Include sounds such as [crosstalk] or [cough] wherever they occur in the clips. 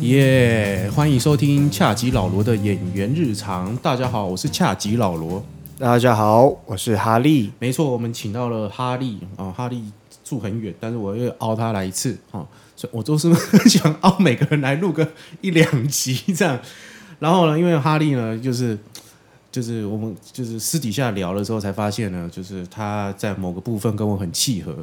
耶欢迎收听恰吉老罗的演员日常。大家好，我是恰吉老罗。大家好，我是哈利。没错，我们请到了哈利啊、哈利住很远，但是我又凹他来一次啊、所以我都是想凹每个人来录个一两集这样。然后呢，因为哈利呢，就是就是我们就是私底下聊了之后才发现呢，就是他在某个部分跟我很契合，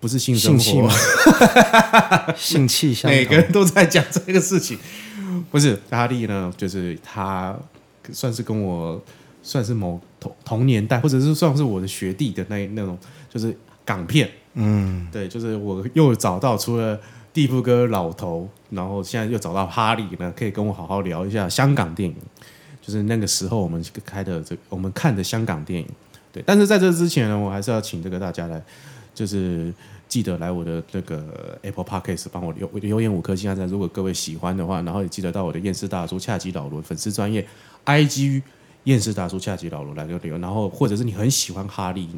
不是性生性气活吗，？ [laughs] 性气相每个同。人都在讲这个事情。 [laughs] 不是哈利呢，就是他算是跟我算是某同同年代，或者是算是我的学弟的那那种，就是港片。嗯，对，就是我又找到除了地步哥老头，然后现在又找到哈利呢，可以跟我好好聊一下香港电影，就是那个时候我们开的这我们看的香港电影。对，但是在这之前呢，我还是要请这个大家来，就是记得来我的那个 Apple Podcast 帮我留留言五颗星啊！如果各位喜欢的话，然后也记得到我的厌世大叔恰吉老罗粉丝专业 IG 厌世大叔恰吉老罗来留言，然后或者是你很喜欢哈利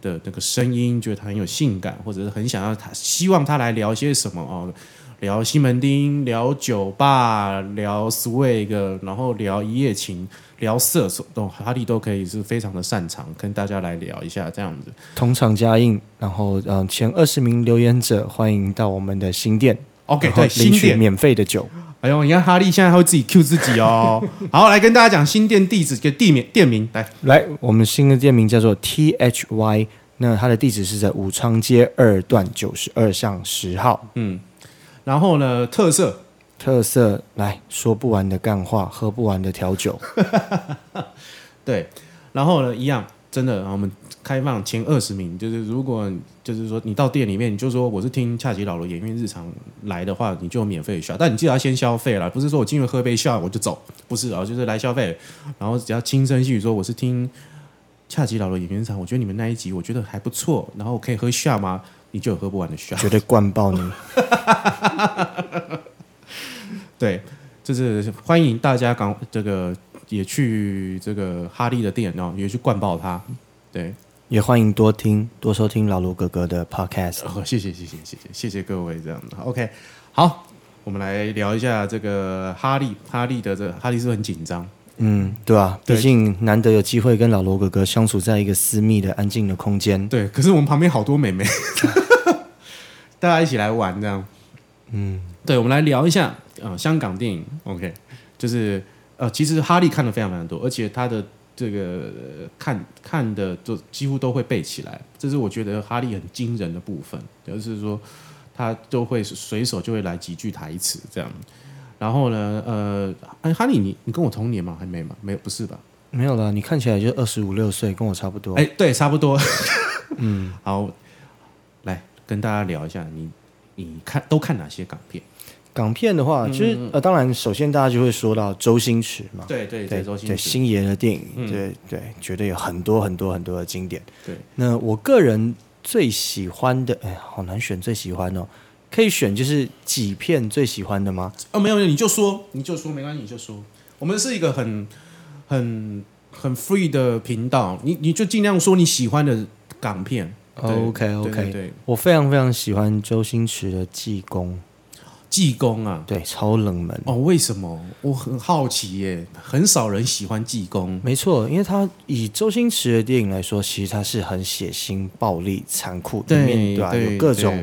的那个声音，觉得他很有性感，或者是很想要他希望他来聊些什么哦。聊西门町，聊酒吧，聊 swag，然后聊一夜情，聊色，都哈利都可以是非常的擅长，跟大家来聊一下这样子。同场加映，然后嗯、呃前二十名留言者欢迎到我们的新店 OK，然后对，领新取店，免费的酒。哎呦，你看哈利现在还会自己 Q 自己哦。 [laughs] 好，来跟大家讲新店地址跟地名店名，来，来，我们新的店名叫做 T H Y，那它的地址是在武昌街二段九十二巷十号。然后呢，特色特色来说不完的干话，喝不完的调 [laughs] 酒。对，然后呢，一样，真的，我们开放前二十名，就是如果就是说你到店里面，你就说我是听恰吉老罗演员日常来的话，你就免费刷，但你记得要先消费啦，不是说我进去喝杯下我就走，不是啊，就是来消费，然后只要轻声细语说我是听恰吉老罗演员日常，我觉得你们那一集我觉得还不错，然后我可以喝下吗？你就有喝不完的下。绝对灌爆你！对，就是欢迎大家赶这个也去这个哈利的店，然后也去灌爆他。对，也欢迎多听多收听老卢哥哥的 Podcast。哦，谢谢谢谢谢谢谢谢各位这样的。OK，好，我们来聊一下这个哈利，哈利的这个哈利是不是很紧张？嗯，对啊，对毕竟难得有机会跟老罗哥哥相处在一个私密的、安静的空间。对，可是我们旁边好多美 [laughs] 眉，大家一起来玩这样。嗯，对，我们来聊一下呃香港电影。OK，就是呃，其实哈利看的非常非常多，而且他的这个呃看看的就几乎都会背起来，这是我觉得哈利很惊人的部分，就是说他都会随手就会来几句台词这样。然后呢，呃，哎，哈利，你你跟我同年吗？还没吗？没有，不是吧？没有啦，你看起来就二十五六岁，跟我差不多。哎、对，差不 [laughs] 多。 [laughs] 嗯，好，来跟大家聊一下，你你看都看哪些港片？港片的话，其实呃，当然首先大家就会说到周星驰嘛，对对对周星对驰星嗯爷的电影，对对，绝对有很多很多很多的经典。对，那我个人最喜欢的，哎，好难选最喜欢哦，可以选就是几片最喜欢的吗？哦，没有没有，你就说，你就说，没关系，你就说。我们是一个很很很 free 的频道，你你就尽量说你喜欢的港片。对 OK 对哎 OK，对对哦我非常非常喜欢周星驰的《济公》，济公啊，对，超冷门。哦，为什么？我很好奇耶，很少人喜欢济公。没错，因为他以周星驰的电影来说，其实他是很血腥、暴力、残酷的面对对吧、有各种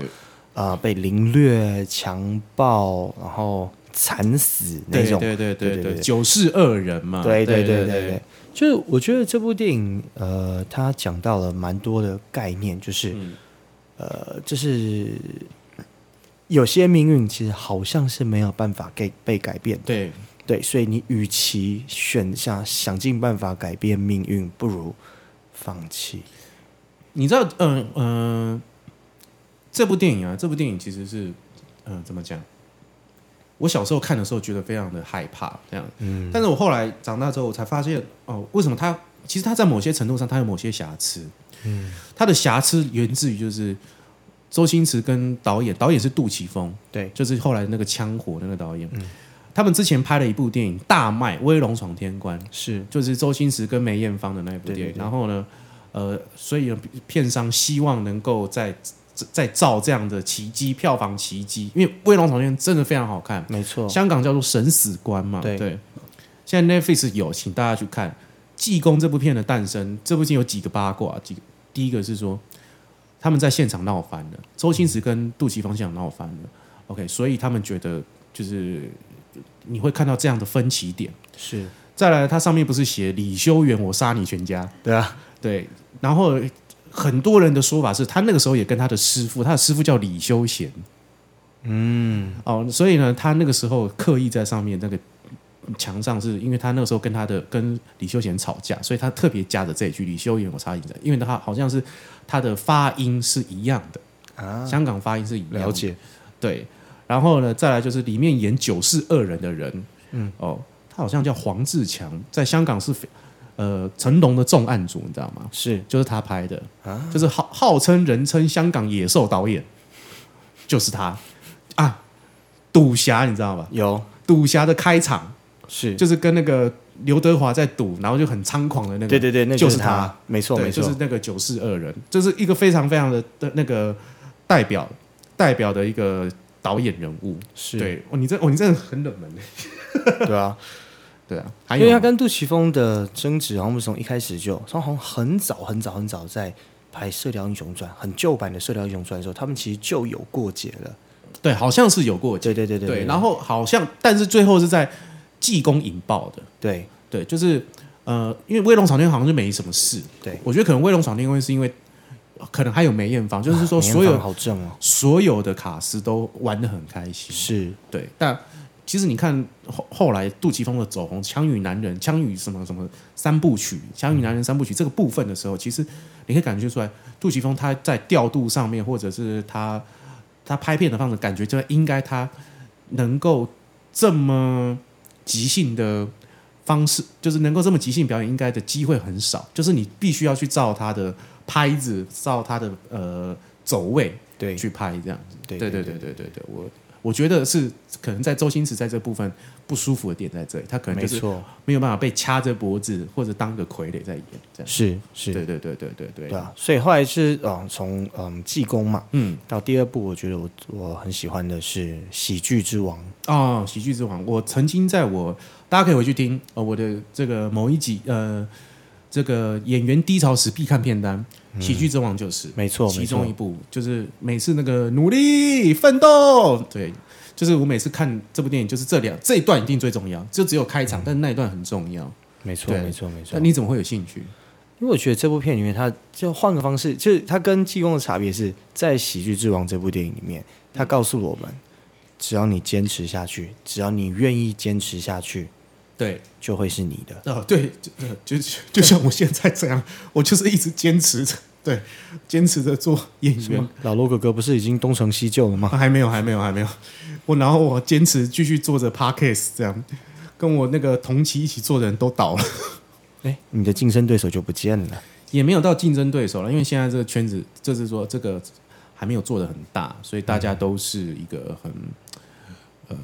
啊、呃被凌虐、强暴，然后惨死那对种。对对对对对对九世恶人嘛。对对对对对对，就是我觉得这部电影，呃，它讲到了蛮多的概念，就是、呃，就是有些命运其实好像是没有办法给被改变的。对对，所以你与其选下想尽办法改变命运，不如放弃。你知道，嗯、嗯、这部电影啊，这部电影其实是，嗯、怎么讲？我小时候看的时候觉得非常的害怕，这样，嗯，但是我后来长大之后，我才发现，哦，为什么它其实它在某些程度上它有某些瑕疵，嗯，它的瑕疵源自于就是周星驰跟导演，导演是杜琪峰，对，就是后来那个枪火那个导演，他们之前拍了一部电影大卖《威龙闯天关》，是就是周星驰跟梅艳芳的那一部电影。对对对然后呢，呃，所以呢片商希望能够在在造这样的奇迹，票房奇迹。因为《卫龙重现》真的非常好看，没错，香港叫做《神死关》嘛，哦对对。现在 Netflix 有，请大家去看《济公》这部片的诞生。这部片有几个八卦，几个第一个是说他们在现场闹翻了，周星驰跟杜琪峰现场闹翻了。OK，所以他们觉得就是你会看到这样的分歧点。是再来，它上面不是写李修缘，我杀你全家。对啊，对，然后很多人的说法是他那个时候也跟他的师傅，他的师傅叫李修贤，嗯，哦，所以呢，他那个时候刻意在上面那个墙上是，因为他那个时候跟他的跟李修贤吵架，所以他特别加的这一句“李修贤我差你的”，因为他好像是他的发音是一样的，啊，香港发音是一样的，了解，对，然后呢，再来就是里面演九世恶人的人，嗯嗯，哦，他好像叫黄志强，在香港是非呃成龙的重案组，你知道吗？是就是他拍的，啊就是号号称人称香港野兽导演，就是他啊。赌侠你知道吧？有赌侠的开场是，就是跟那个刘德华在赌，然后就很猖狂的那个，对对对，那就是是他他，没错对，没错，就是那个九四二人，就是一个非常非常的的那个代表代表的一个导演人物。是对，哦，你这哦，你真的很冷门欸对啊，对啊，还因为有他吗跟杜琪峰的争执好像不是从一开始就，他好像很早很早很早在拍《射雕英雄传》很旧版的《射雕英雄传》的时候，他们其实就有过节了。对，好像是有过对对对对对，然后好像但是最后是在济公引爆的，对对，就是呃，因为威龙闯天关好像就没什么事，对，我觉得可能威龙闯天关是因为可能还有梅艳芳，就是说啊梅艳所芳有好正哦，所有的卡司都玩的很开心，是对，但其实你看后后来杜琪峰的走红，《枪与男人》《枪与什么什么三部曲》《枪与男人》三部曲这个部分的时候，其实你可以感觉出来，杜琪峰他在调度上面，或者是他他拍片的方式，感觉就应该他能够这么即兴的。方式就是能够这么即兴表演，应该的机会很少。就是你必须要去照他的拍子，照他的呃走位对去拍这样。对对对对对对对对，我我觉得是可能在周星驰在这部分不舒服的点在这里，他可能没就是错，没有办法被掐着脖子或者当个傀儡在演这样。是是，对对对对对对对啊，所以后来是嗯从嗯济公嘛嗯到第二部，我觉得我我很喜欢的是《喜剧之王》哦，喜剧之王，我曾经在我大家可以回去听呃我的这个某一集呃这个演员低潮时必看片单，喜剧之王就是。嗯没错没其错中一，部就是每次那个努力奋斗，对，就是我每次看这部电影，就是这两这一段一定最重要，就只有开场，但那一段很重要。没错对没错没错那。你怎么会有兴趣？因为我觉得这部片里面，它就换个方式，就是它跟《济公》的差别是在《喜剧之王》这部电影里面，它告诉我们，只要你坚持下去，只要你愿意坚持下去，对，就会是你的。哦，对，就就就就像我现在这样，我就是一直坚持着，对，坚持着做演什员么。？老罗哥哥不是已经东成西就了吗？啊还没有，还没有，还没有。我然后我坚持继续做着 podcast，这样跟我那个同期一起做的人都倒了，哎，你的竞争对手就不见了。也没有到竞争对手了，因为现在这个圈子就是说这个还没有做的很大，所以大家都是一个很呃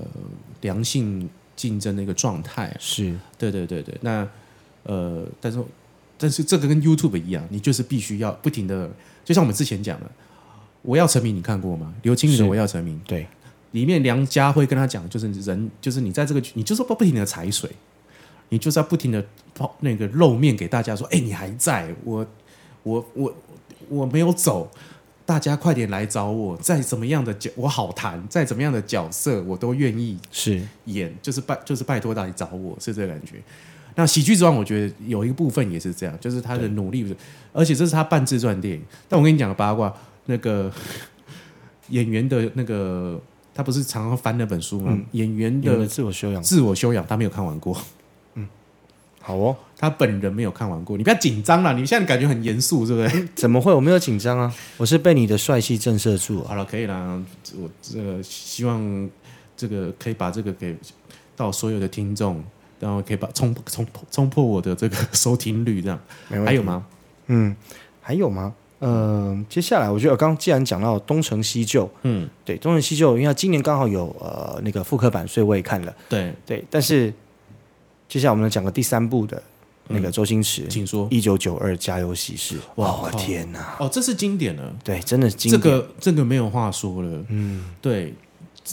良性竞争的一个状态。是对对对对，那呃，但是但是这个跟 YouTube 一样，你就是必须要不停的，就像我们之前讲的，我要成名，你看过吗？刘青云的是《我要成名对，》里面梁家辉跟他讲，就是人，就是你在这个，你就是不停的踩水，你就是要不停的抛那个露面给大家说，哎、你还在我，我我我没有走。大家快点来找我，再怎么样的角我好谈，再怎么样的角色我都愿意是演，就是拜就是拜托大家找我，是这个感觉。那喜剧之王，我觉得有一个部分也是这样，就是他的努力，而且这是他半自传电影。但我跟你讲个八卦，那个演员的那个他不是常常翻那本书吗？嗯演员你的的自我修养。自我修养，他没有看完过，好哦，他本人没有看完过。你不要紧张啦，你现在感觉很严肃，是不是？怎么会？我没有紧张啊，我是被你的帅气震慑住啊。好了，可以啦，我这个希望这个可以把这个给到所有的听众，然后可以把冲冲冲破我的这个 [laughs] 收听率，这样没问题还有吗？嗯，还有吗？嗯，接下来我觉得刚刚既然讲到东成西就，嗯，对东成西就，因为它今年刚好有呃那个复刻版，所以我也看了。对，对，但是接下来我们来讲个第三部的那个周星驰请说《一九九二家有喜事》，嗯哇哇靠天哪！哦，这是经典的，对，真的经这典。个这个没有话说了。嗯，对，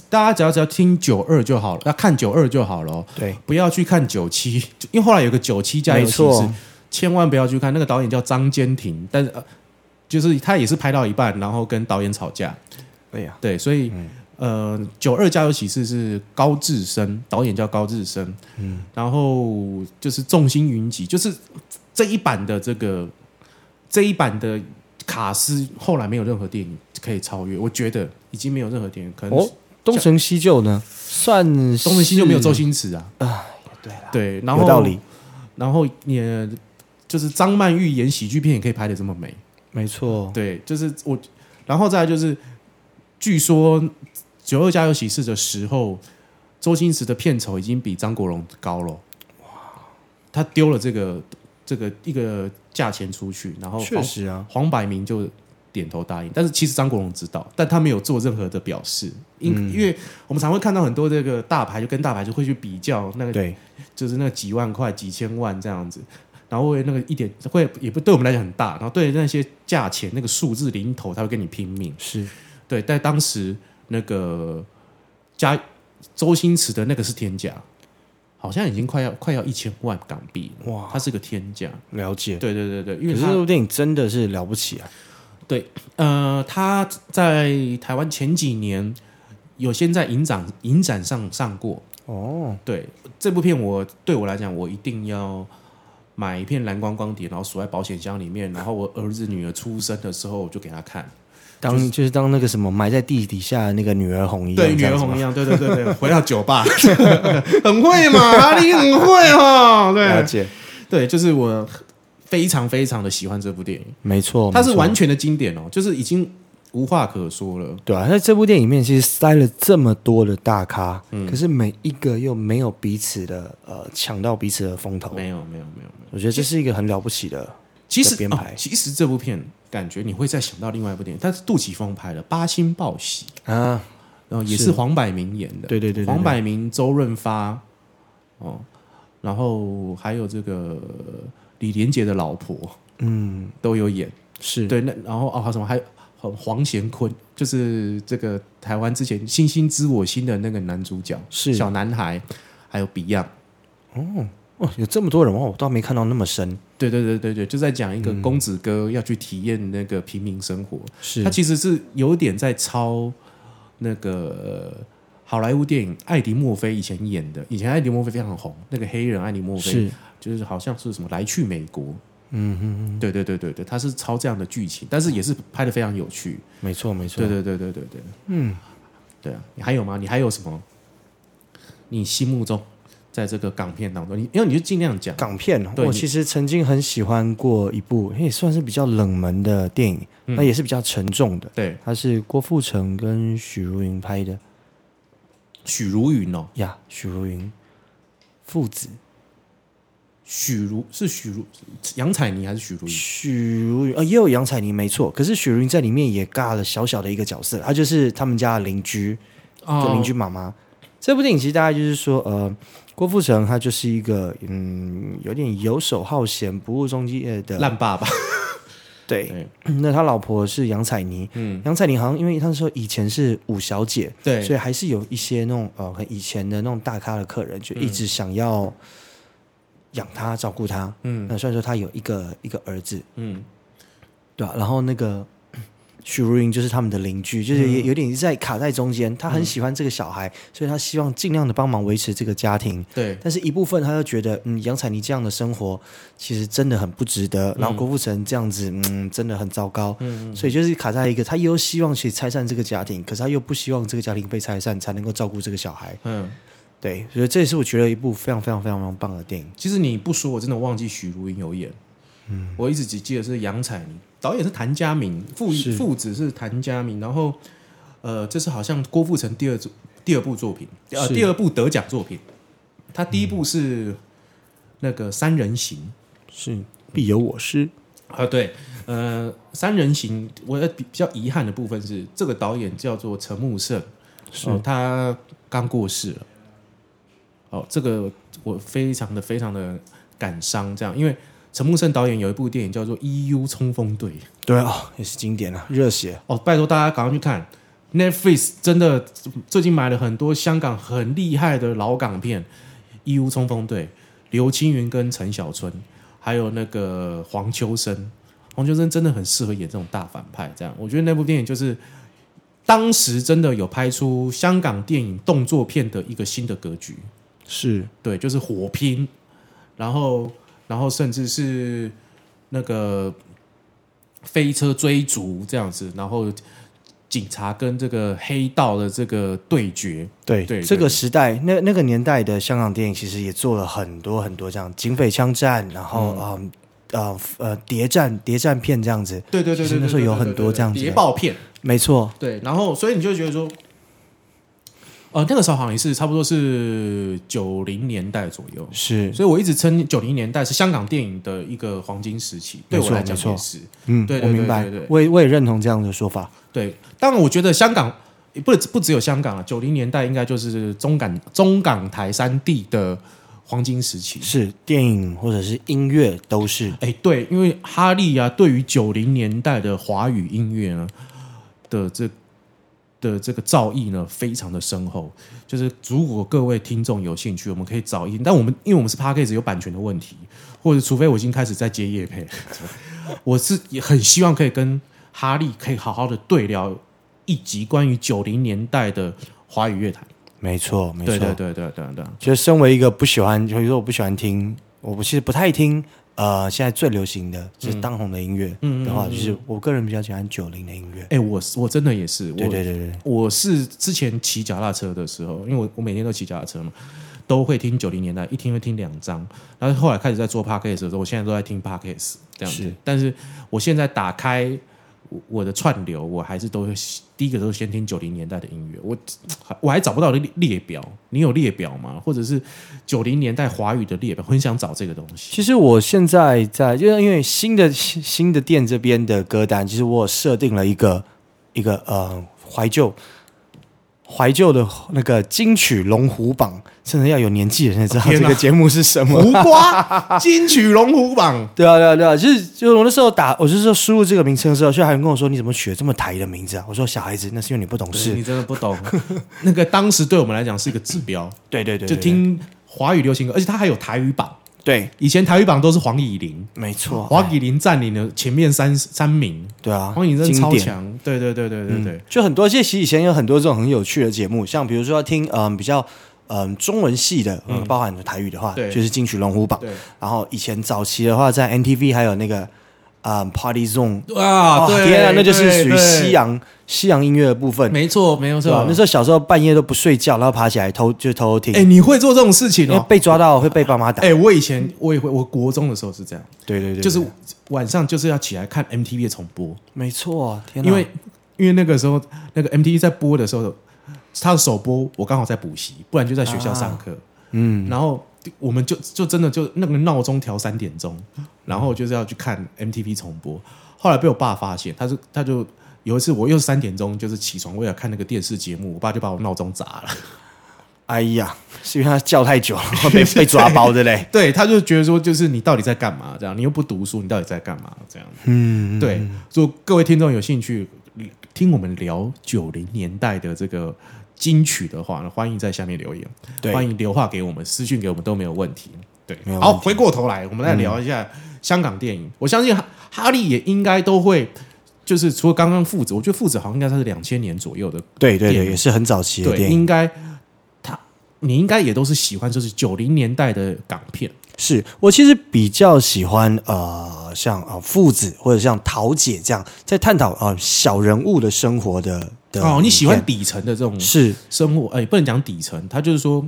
大家只要只要听九二就好了，要看九二就好了哦，对，不要去看九七，就因为后来有个九七加没油骑士错，，千万不要去看。那个导演叫张坚庭，但是、呃、就是他也是拍到一半，然后跟导演吵架。对呀，对，所以、嗯呃，九二加油喜事是高志森导演叫高志森，嗯，然后就是众星云集，就是这一版的这个这一版的卡斯，后来没有任何电影可以超越，我觉得已经没有任何电影可能。哦，东成西就呢，算东成西就是没有周星驰啊，对啦，对，然后有道理，，然后也就是张曼玉演喜剧片也可以拍的这么美，没错，对，就是我，然后再来就是，据说《九二家有喜事》的时候，周星驰的片酬已经比张国荣高了。哇！他丢了这个这个一个价钱出去，然后确实啊，黄黄百鸣就点头答应，但是其实张国荣知道，但他没有做任何的表示，因、嗯因为我们常会看到很多这个大牌就跟大牌就会去比较那个对，就是那几万块、几千万这样子，然后为那个一点会也不对我们来讲很大，然后对那些价钱那个数字零头，他会跟你拼命。是对，但当时那个加周星驰的那个是天价，好像已经快要快要一千万港币了，哇，它是个天价。了解。对对对对，因可为是这他部电影真的是了不起啊！呃他在台湾前几年有先在影展影展上上过，哦，对这部片我，对我来讲，我一定要买一片蓝光光碟，然后锁在保险箱里面，然后我儿子女儿出生的时候，我就给他看，当就是当那个什么埋在地底下的那个女儿红一样，对女儿红一样。样，对对对对，回到酒 [laughs] 吧，很会嘛，哈利很会哦，了对解，对，就是我非常非常的喜欢这部电影，没错，它是没错完全的经典哦，就是已经无话可说了，对啊，在这部电影里面，其实塞了这么多的大咖，可是每一个又没有彼此的呃抢到彼此的风头，没有没有没有没有，我觉得这是一个很了不起的。其实的编哦排其实这部片感觉你会再想到另外一部电影，但是杜琪峰拍的《八星报喜》。啊，然后也是是黄百鸣演的，对对对对对黄百鸣、周润发，哦，然后还有这个李连杰的老婆嗯，都有演，是对，那然后哦，还有什么还有黄贤坤，就是这个台湾之前《星星知我心》的那个男主角，是小男孩，还有 Beyond，哦，有这么多人哦，我倒没看到那么深，对对对对对，就在讲一嗯个公子哥要去体验那个平民生活，是他其实是有点在抄那个呃好莱坞电影艾迪·墨菲以前演的，以前艾迪·墨菲非常红，那个黑人艾迪·墨菲是就是好像是什么来去美国，嗯嗯嗯，对对对对对，他是抄这样的剧情，但是也是拍的非常有趣，没错没错，对对对对对对，嗯，对啊，你还有吗？你还有什么？你心目中在这个港片当中，你因为你就尽量讲，港片哦，对我你其实曾经很喜欢过一部，也算是比较冷门的电影，嗯那也是比较沉重的，对，它是郭富城跟许茹芸拍的许茹芸哦，呀，许茹芸父子，许茹是许茹杨采妮还是许茹芸？许茹芸啊，也有杨采妮没错，可是许茹芸在里面也尬了小小的一个角色，她啊就是他们家的邻居，哦就邻居妈妈。这部电影其实大概就是说，呃，郭富城他就是一个嗯，有点游手好闲、不务正业的烂爸爸，对，嗯那他老婆是杨采妮，嗯，杨采妮好像因为她说以前是五小姐，对所以还是有啊一些那种呃很以前的那种大咖的客人，就一直想要养她、照顾她，嗯，那虽然说她有一个一个儿子，嗯，对啊，然后那个许茹芸就是他们的邻居，就是也有点在卡在中间，她很喜欢这个小孩，所以她希望尽量的帮忙维持这个家庭，对，但是一部分他又觉得，嗯，杨采妮这样的生活其实真的很不值得，然后郭富城这样子，嗯，真的很糟糕，所以就是卡在一个，他又希望去拆散这个家庭，可是他又不希望这个家庭被拆散，才能够照顾这个小孩，嗯，对，所以这也是我觉得一部非常非常非常非常棒的电影，其实你不说，我真的忘记许茹芸有演。嗯，我一直只记得是杨采妮，导演是谭家明，父是父子是谭家明，然后呃，这是好像郭富城第二作第二部作品，呃，是第二部得奖作品。他第一部是那个《三人行》是必有我师，啊，对，呃，《三人行》我比比较遗憾的部分是，这个导演叫做陈木胜，是哦他刚过世了。哦，这个我非常的非常的感伤这样，因为陈木胜导演有一部电影叫做《E.U. 冲锋队》，对哦，也是经典啊，热血。哦，拜托大家赶快去看。Netflix 真的最近买了很多香港很厉害的老港片，《义乌冲锋队》，刘青云跟陈小春，还有那个黄秋生。黄秋生真的很适合演这种大反派，这样我觉得那部电影就是当时真的有拍出香港电影动作片的一个新的格局。是，对，就是火拼，然后然后甚至是那个飞车追逐这样子，然后警察跟这个黑道的这个对决，对对这对个时代，那那个年代的香港电影，其实也做了很多很多这样警匪枪战，然后嗯呃呃谍战谍战片这样子，对对对其实对，那时候对有对很对多对这样子谍的报片，没错，对，然后所以你就觉得说，呃，那个时候好像也是差不多是九零年代左右，是所以我一直称九零年代是香港电影的一个黄金时期，对没我来错讲没错也是。嗯，对对我明对白对对，我也我也认同这样的说法，对，当然我觉得香港也不不只有香港了，九零年代应该就是中港中港台三地的黄金时期。是电影或者是音乐都是哎，对，因为哈利啊，对于九零年代的华语音乐呢的这的这个造诣呢，非常的深厚。就是如果各位听众有兴趣，我们可以找一些，但我们因为我们是 p a c k a g e 有版权的问题，或者除非我已经开始在接业配， [laughs] 我是也很希望可以跟哈利可以好好的对聊一集关于九零年代的华语乐坛。没错没对错对，对对对对，其实身为一个不喜欢，比如说我不喜欢听，我不其实不太听，呃，现在最流行的嗯就是当红的音乐的话，就是我个人比较喜欢九零的音乐。哎，我是我真的也是，我对对对对，我是之前骑脚踏车的时候，因为我我每天都骑脚踏车嘛，都会听九零年代，一听会听两张。然后后来开始在做 podcast 的时候，我现在都在听 podcast 这样子是。但是我现在打开我我的串流，我还是都会第一个都是先听九零年代的音乐。我我还找不到列列表，你有列表吗？或者是九零年代华语的列表？我很想找这个东西。其实我现在在，就是因为新的新新的店这边的歌单，其实我有设定了一个一个呃怀旧怀旧的那个金曲龙虎榜，甚至要有年纪的人才知道天 [laughs] 这哪个节目是什么。胡瓜金曲龙虎榜，对啊，对啊，对啊，就是就是我那时候打，我就是说输入这个名称的时候，就还有人跟我说你怎么取了这么台的名字啊？我说小孩子，那 [laughs] 是因为你不懂事你。真的不懂。那个当时对我们来讲是一个指标。对对对，就对听华语流行歌，而且它还有台语榜。对，以前台语榜都是黄以玲，没错，黄以玲占领了前面三三名，对哦啊，黄以玲真的经超典。嗯强。对对对对对对，就很多，其实以前有很多这种很有趣的节目，像比如说要听嗯、比较嗯、中文系的，嗯、包含台语的话，对就是金曲龙虎榜。对然后以前早期的话，在 NTV 还有那个嗯、Party Zone，啊，哦对，天啊，那就是对属于西，洋西洋音乐的部对分。没错没有对吧？啊错那。时候小时候半夜都不睡觉，然后爬起来偷就偷偷听，哎，你会做这种事情因为哦？被抓到会被爸妈打。哎，我以前我也会，我国中的时候是这样，对对对，就是晚上就是要起来看 MTV 的重播，没错，天哪！因为因为那个时候那个 MTV 在播的时候，他的首播我刚好在补习，不然就在学校上课。嗯，然后我们就就真的就那个闹钟调三点钟，然后就是要去看 MTV 重播。后来被我爸发现，他就他就有一次我又三点钟就是起床，为了看那个电视节目，我爸就把我闹钟砸了。哎呀，是因为他叫太久了， [laughs] 会被被抓包的嘞。对，他就觉得说，就是你到底在干嘛？这样，你又不读书，你到底在干嘛？这样，嗯，对。所以各位听众有兴趣听我们聊九零年代的这个金曲的话呢，欢迎在下面留言，对欢迎留话给我们，私讯给我们都没有问题。对没，有好，问回过头来，我们来聊一下香港电影。我相信哈哈利也应该都会，就是除了刚刚父子，我觉得父子好像应该它是两千年左右的对对电对，影也是很早期的对，电影。应该他你应该也都是喜欢就是九零年代的港片。是我其实比较喜欢呃，像呃父子或者像桃姐这样，在探讨呃小人物的生活的的哦，你影喜欢片底层的这种是生活，哎、不能讲底层，他就是说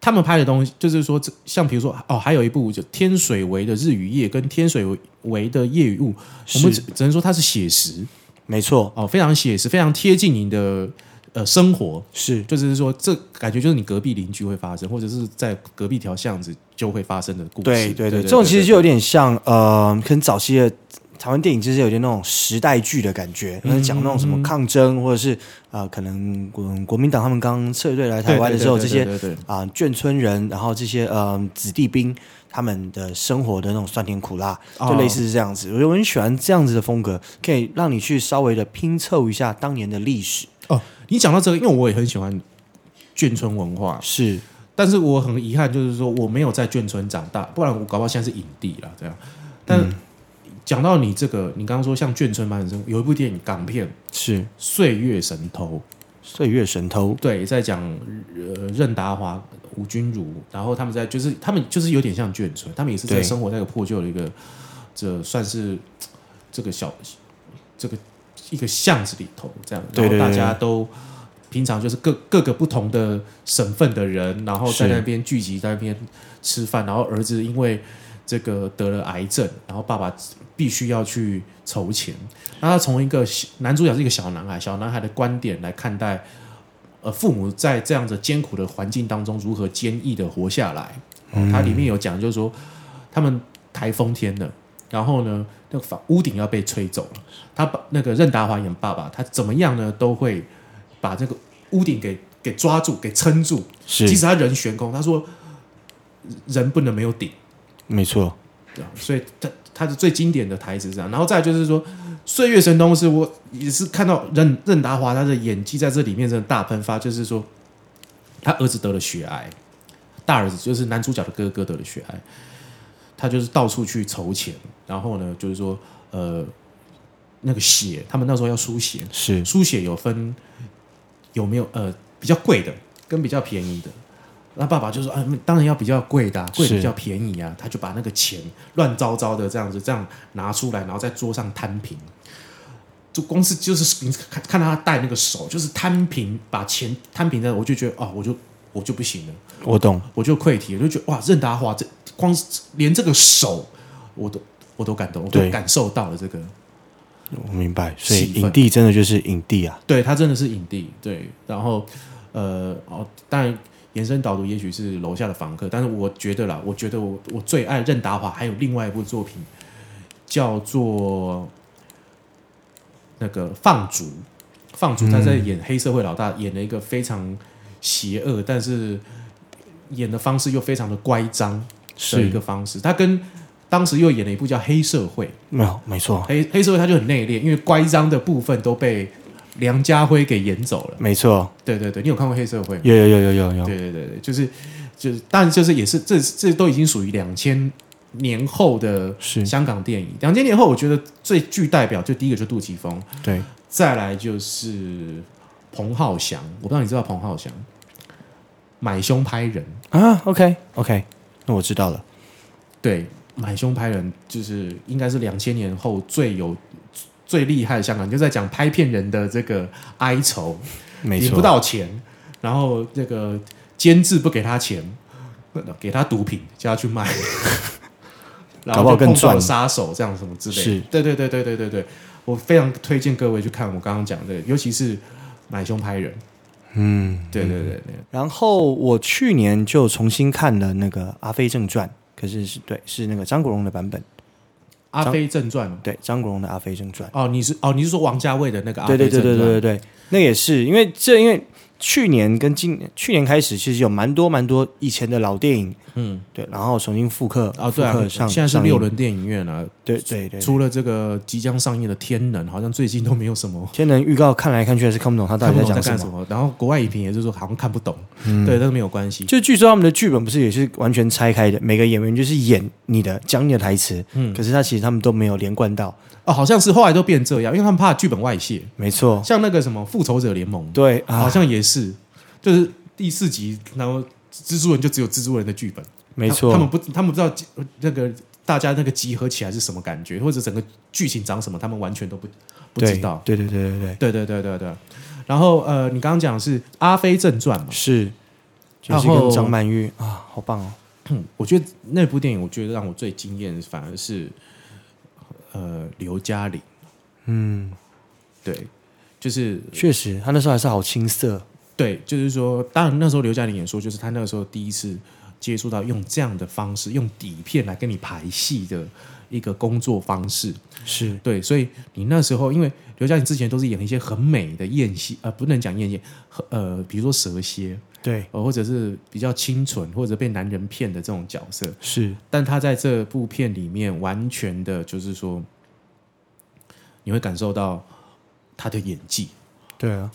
他们拍的东西，就是说这像比如说哦，还有一部就天水围的日与夜跟天水围的夜与雾，我们只是只能说它是写实没错，哦，非常写实，非常贴近你的呃生活，是就是说这感觉就是你隔壁邻居会发生，或者是在隔壁条巷子就会发生的故事。对对对，对，这种其实对就有点像呃，可能早期的台湾电影就是有点那种时代剧的感觉，嗯讲那种什么抗争，或者是啊、呃可能国国民党他们刚撤退来台湾的时候，这些对对对对啊、眷村人，然后这些呃子弟兵他们的生活的那种酸甜苦辣，哦就类似是这样子。我我很喜欢这样子的风格，可以让你去稍微的拼凑一下当年的历史。哦，你讲到这个，因为我也很喜欢眷村文化，是，但是我很遗憾，就是说我没有在眷村长大，不然我搞不好现在是影帝啦，这样。但嗯讲到你这个，你刚刚说像眷村版本生活，有一部电影港片《是《岁月神偷岁月神偷》》，对，在讲呃任达华、吴君如，然后他们在就是他们就是有点像眷村，他们也是在对生活在一个破旧的一个，这算是这个小这个一个巷子里头这样，对然后对大对家都。平常就是各各个不同的省份的人，然后在是那边聚集，在那边吃饭。然后儿子因为这个得了癌症，然后爸爸必须要去筹钱。那他从一个小男主角是一个小男孩，小男孩的观点来看待，呃，父母在这样的艰苦的环境当中如何坚毅的活下来。哦，嗯它里面有讲，就是说他们台风天了，然后呢，那个房屋顶要被吹走了。他把那个任达华演爸爸，他怎么样呢，都会把这个屋顶给给抓住，给撑住。即是使他人悬空，他说人不能没有顶。没错，对啊所以他他的最经典的台词是这样，然后再来就是说《岁月神偷》是我也是看到任任达华他的演技在这里面真的大喷发，就是说他儿子得了血癌，大儿子就是男主角的哥哥得了血癌，他就是到处去筹钱，然后呢就是说呃那个血，他们那时候要输血，是输血有分有没有呃比较贵的跟比较便宜的。那爸爸就说：“啊，当然要比较贵的、啊，贵的是比较便宜啊。”他就把那个钱乱糟糟的这样子这样拿出来，然后在桌上摊平。就光是就是你看看他带那个手，就是摊平把钱摊平的，我就觉得哦，我就我就不行了，我懂，我就溃体了，我就觉得哇，任达华这光是连这个手我都我都感动，我都对感受到了这个。我明白。所以气氛影帝真的就是影帝啊，对他真的是影帝，对，然后呃哦，当然延伸导读也许是楼下的房客，但是我觉得啦，我觉得我我最爱任达华，还有另外一部作品叫做那个放逐，放逐他在演黑社会老大，演了一个非常邪恶，但是演的方式又非常的乖张的一是个方式，他跟。当时又演了一部叫《黑社会》，没有没错，哦黑黑社会他就很内敛，因为乖张的部分都被梁家辉给演走了。没错，对对对，你有看过黑社会吗？有有有有有有，对对对对，就是就是，当然就是也是这这都已经属于两千年后的是香港电影。两千年后，我觉得最具代表就第一个就杜琪峰，对，再来就是彭浩翔。我不知道你知道彭浩翔，买凶拍人，啊，OK OK，那我知道了。对，买凶拍人就是应该是两千年后最有。最厉害的香港就在讲拍骗人的这个哀愁，没领错，不到钱，然后这个监制不给他钱，给他毒品叫他去 [laughs] 卖，然后就搞不好更碰到赚了杀手这样什么之类的。是对对对对对对对，我非常推荐各位去看我刚刚讲的，尤其是买凶拍人。嗯。对对对对，然后我去年就重新看了那个《阿飞正传》，可是是对，是那个张国荣的版本，阿飞正传》对，张国荣的《阿飞正传》。哦，你是哦，你是说王家卫的那个《阿对飞对正对传》？对对对对，那也是因为这，因为去年跟今年，去年开始，其实有蛮多蛮多以前的老电影，嗯，对，然后重新复刻哦对复啊，刻上现在是上映六轮电影院啊，对对对，除了这个即将上映的《天能》，好像最近都没有什么天能预告看来看去还是看不懂他到看底不在懂在讲什干什么。嗯么，然后国外影评也就是说好像看不懂，对，但是没有关系，就据说他们的剧本不是也是完全拆开的，每个演员就是演你的讲你的台词，嗯可是他其实他们都没有连贯到，哦，好像是后来都变这样，因为他们怕剧本外泄，没错，像那个什么《复仇者联盟》，对啊好，像也是，就是第四集，然后蜘蛛人就只有蜘蛛人的剧本，没他他错们，不他们不知道集那个大家那个集合起来是什么感觉，或者整个剧情长什么，他们完全都不不对知道。对对对对对，对对对对对。然后呃，你刚刚讲的是《阿飞正传》嘛？是，就然是后跟张曼玉啊，好棒哦，嗯，我觉得那部电影，我觉得让我最惊艳，反而是呃刘嘉玲，嗯，对，就是确实，他那时候还是好青涩，对，就是说，当然那时候刘嘉玲也说，就是她那个时候第一次接触到用这样的方式，用底片来跟你排戏的一个工作方式。是对，所以你那时候，因为刘嘉玲之前都是演了一些很美的艳戏，呃，不能讲艳戏，很呃，比如说蛇蝎，对，呃，或者是比较清纯或者被男人骗的这种角色，是但他在这部片里面完全的，就是说，你会感受到他的演技，对啊，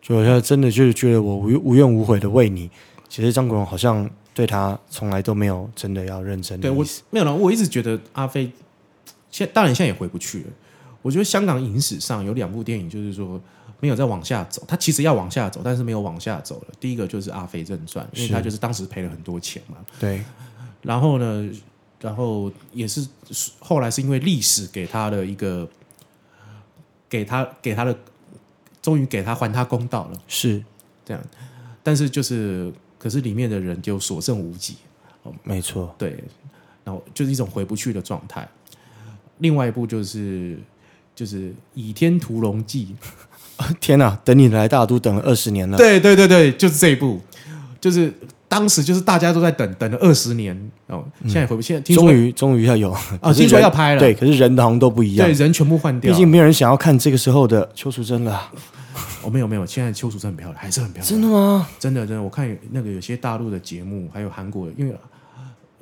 就好像真的就是觉得我无无怨无悔的为你，其实张国荣好像对他从来都没有真的要认真的对我意思没有了，我一直觉得阿飞，现当然现在也回不去了。我觉得香港影史上有两部电影，就是说没有再往下走，它其实要往下走，但是没有往下走了。第一个就是《阿飞正传》，因为是他就是当时赔了很多钱嘛。对然后呢，然后也是后来是因为历史给他的一个，给他给他的，终于给他还他公道了。是这样，但是就是可是里面的人就所剩无几，没错， [laughs] 对，然后就是一种回不去的状态。另外一部就是就是《倚天屠龙记天哪、等你来大都等了二十年》，了，对对对对，就是这一部，就是当时就是大家都在等等了二十年哦，现在也回不去，现在听说嗯终于终于要有啊，听说要拍了，对，可是人好像都不一样对，，人全部换掉毕了，竟没有人想要看这个时候的邱淑贞了啊，哦没有没有，现在邱淑贞很漂亮，还是很漂亮，真的吗？真的真的，我看有那个有些大陆的节目，还有韩国的，因为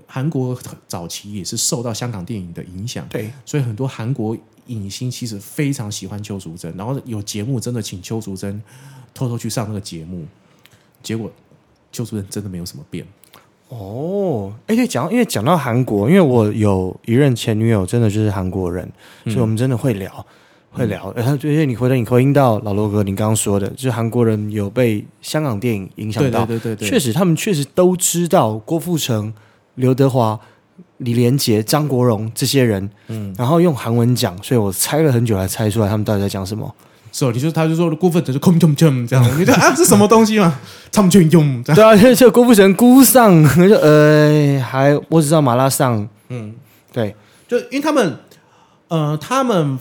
韩国早期也是受到香港电影的影响，对，所以很多韩国影星其实非常喜欢邱淑贞，然后有节目真的请邱淑贞偷偷去上那个节目，结果邱淑贞真的没有什么变。哦，哎，对，讲到因为讲到韩国，因为我有一任前女友，真的就是韩国人，嗯所以我们真的会聊，会聊。然后就是你回头你回应到老罗哥你刚刚说的，就是韩国人有被香港电影影响对到，对对对对，确实他们确实都知道郭富城、刘德华、李连杰、张国荣这些人，嗯，然后用韩文讲，所以我猜了很久才猜出来他们到底在讲什么。是哦，你就他就说过分的就空空空这样，你就啊这什么东西嘛，他们就用这样，对啊，就是郭富城姑上， [laughs] 就呃，还我只知道麻辣上，嗯，对就因为他们呃他们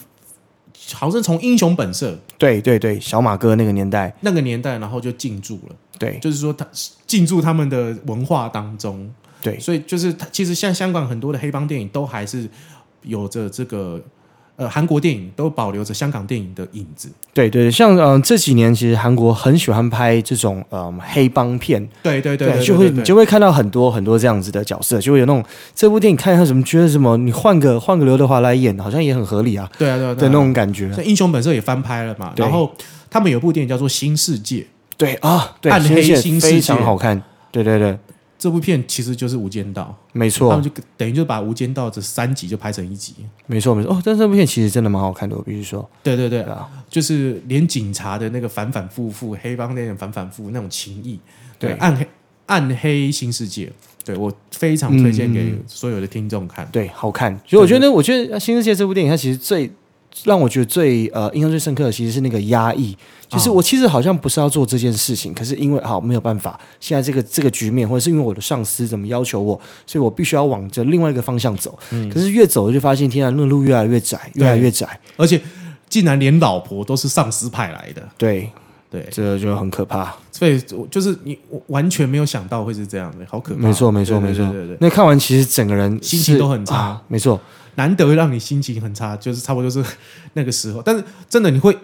好像从英雄本色对对对，小马哥那个年代，那个年代，然后就进驻了。对就是说他进驻他们的文化当中，对所以就是他其实像香港很多的黑帮电影都还是有着这个呃韩国电影都保留着香港电影的影子，对对，像嗯、呃这几年其实韩国很喜欢拍这种嗯、呃黑帮片，对对对，就会你就就会看到很多很多这样子的角色，就会有那种这部电影看他什么觉得什么，你换个换个刘德华来演，好像也很合理啊对啊对啊的那，种感觉对啊。像英雄本色也翻拍了嘛，对然后他们有部电影叫做《新世界》，对啊，对，暗黑新世界新世界非常好看，对对对，这部片其实就是《无间道没》，他错们就等于就把《无间道》这三集就拍成一集，没错没错。哦，但这部片其实真的蛮好看的，我必须说，对对对对，啊，就是连警察的那个反反复复，黑帮那种反反复复那种情谊，对，对暗黑暗黑新世界，对我非常推荐嗯给所有的听众看。对，好看。所以我觉得呢，我觉得呃《新世界》这部电影，它其实最呃让我觉得最呃印象最深刻的，其实是那个压抑。就是啊我其实好像不是要做这件事情，可是因为好没有办法，现在这个这个局面，或者是因为我的上司怎么要求我，所以我必须要往着另外一个方向走。嗯可是越走就发现，天啊，那路越来越窄，越来越窄。而且竟然连老婆都是上司派来的，对，对，这个就很可怕。所以我就是你我完全没有想到会是这样的，好可怕。没错，没错，对没对错对对。对，那看完其实整个人心情是都很差啊没错，难得让你心情很差，就是差不多就是 [laughs] 那个时候。但是真的你会，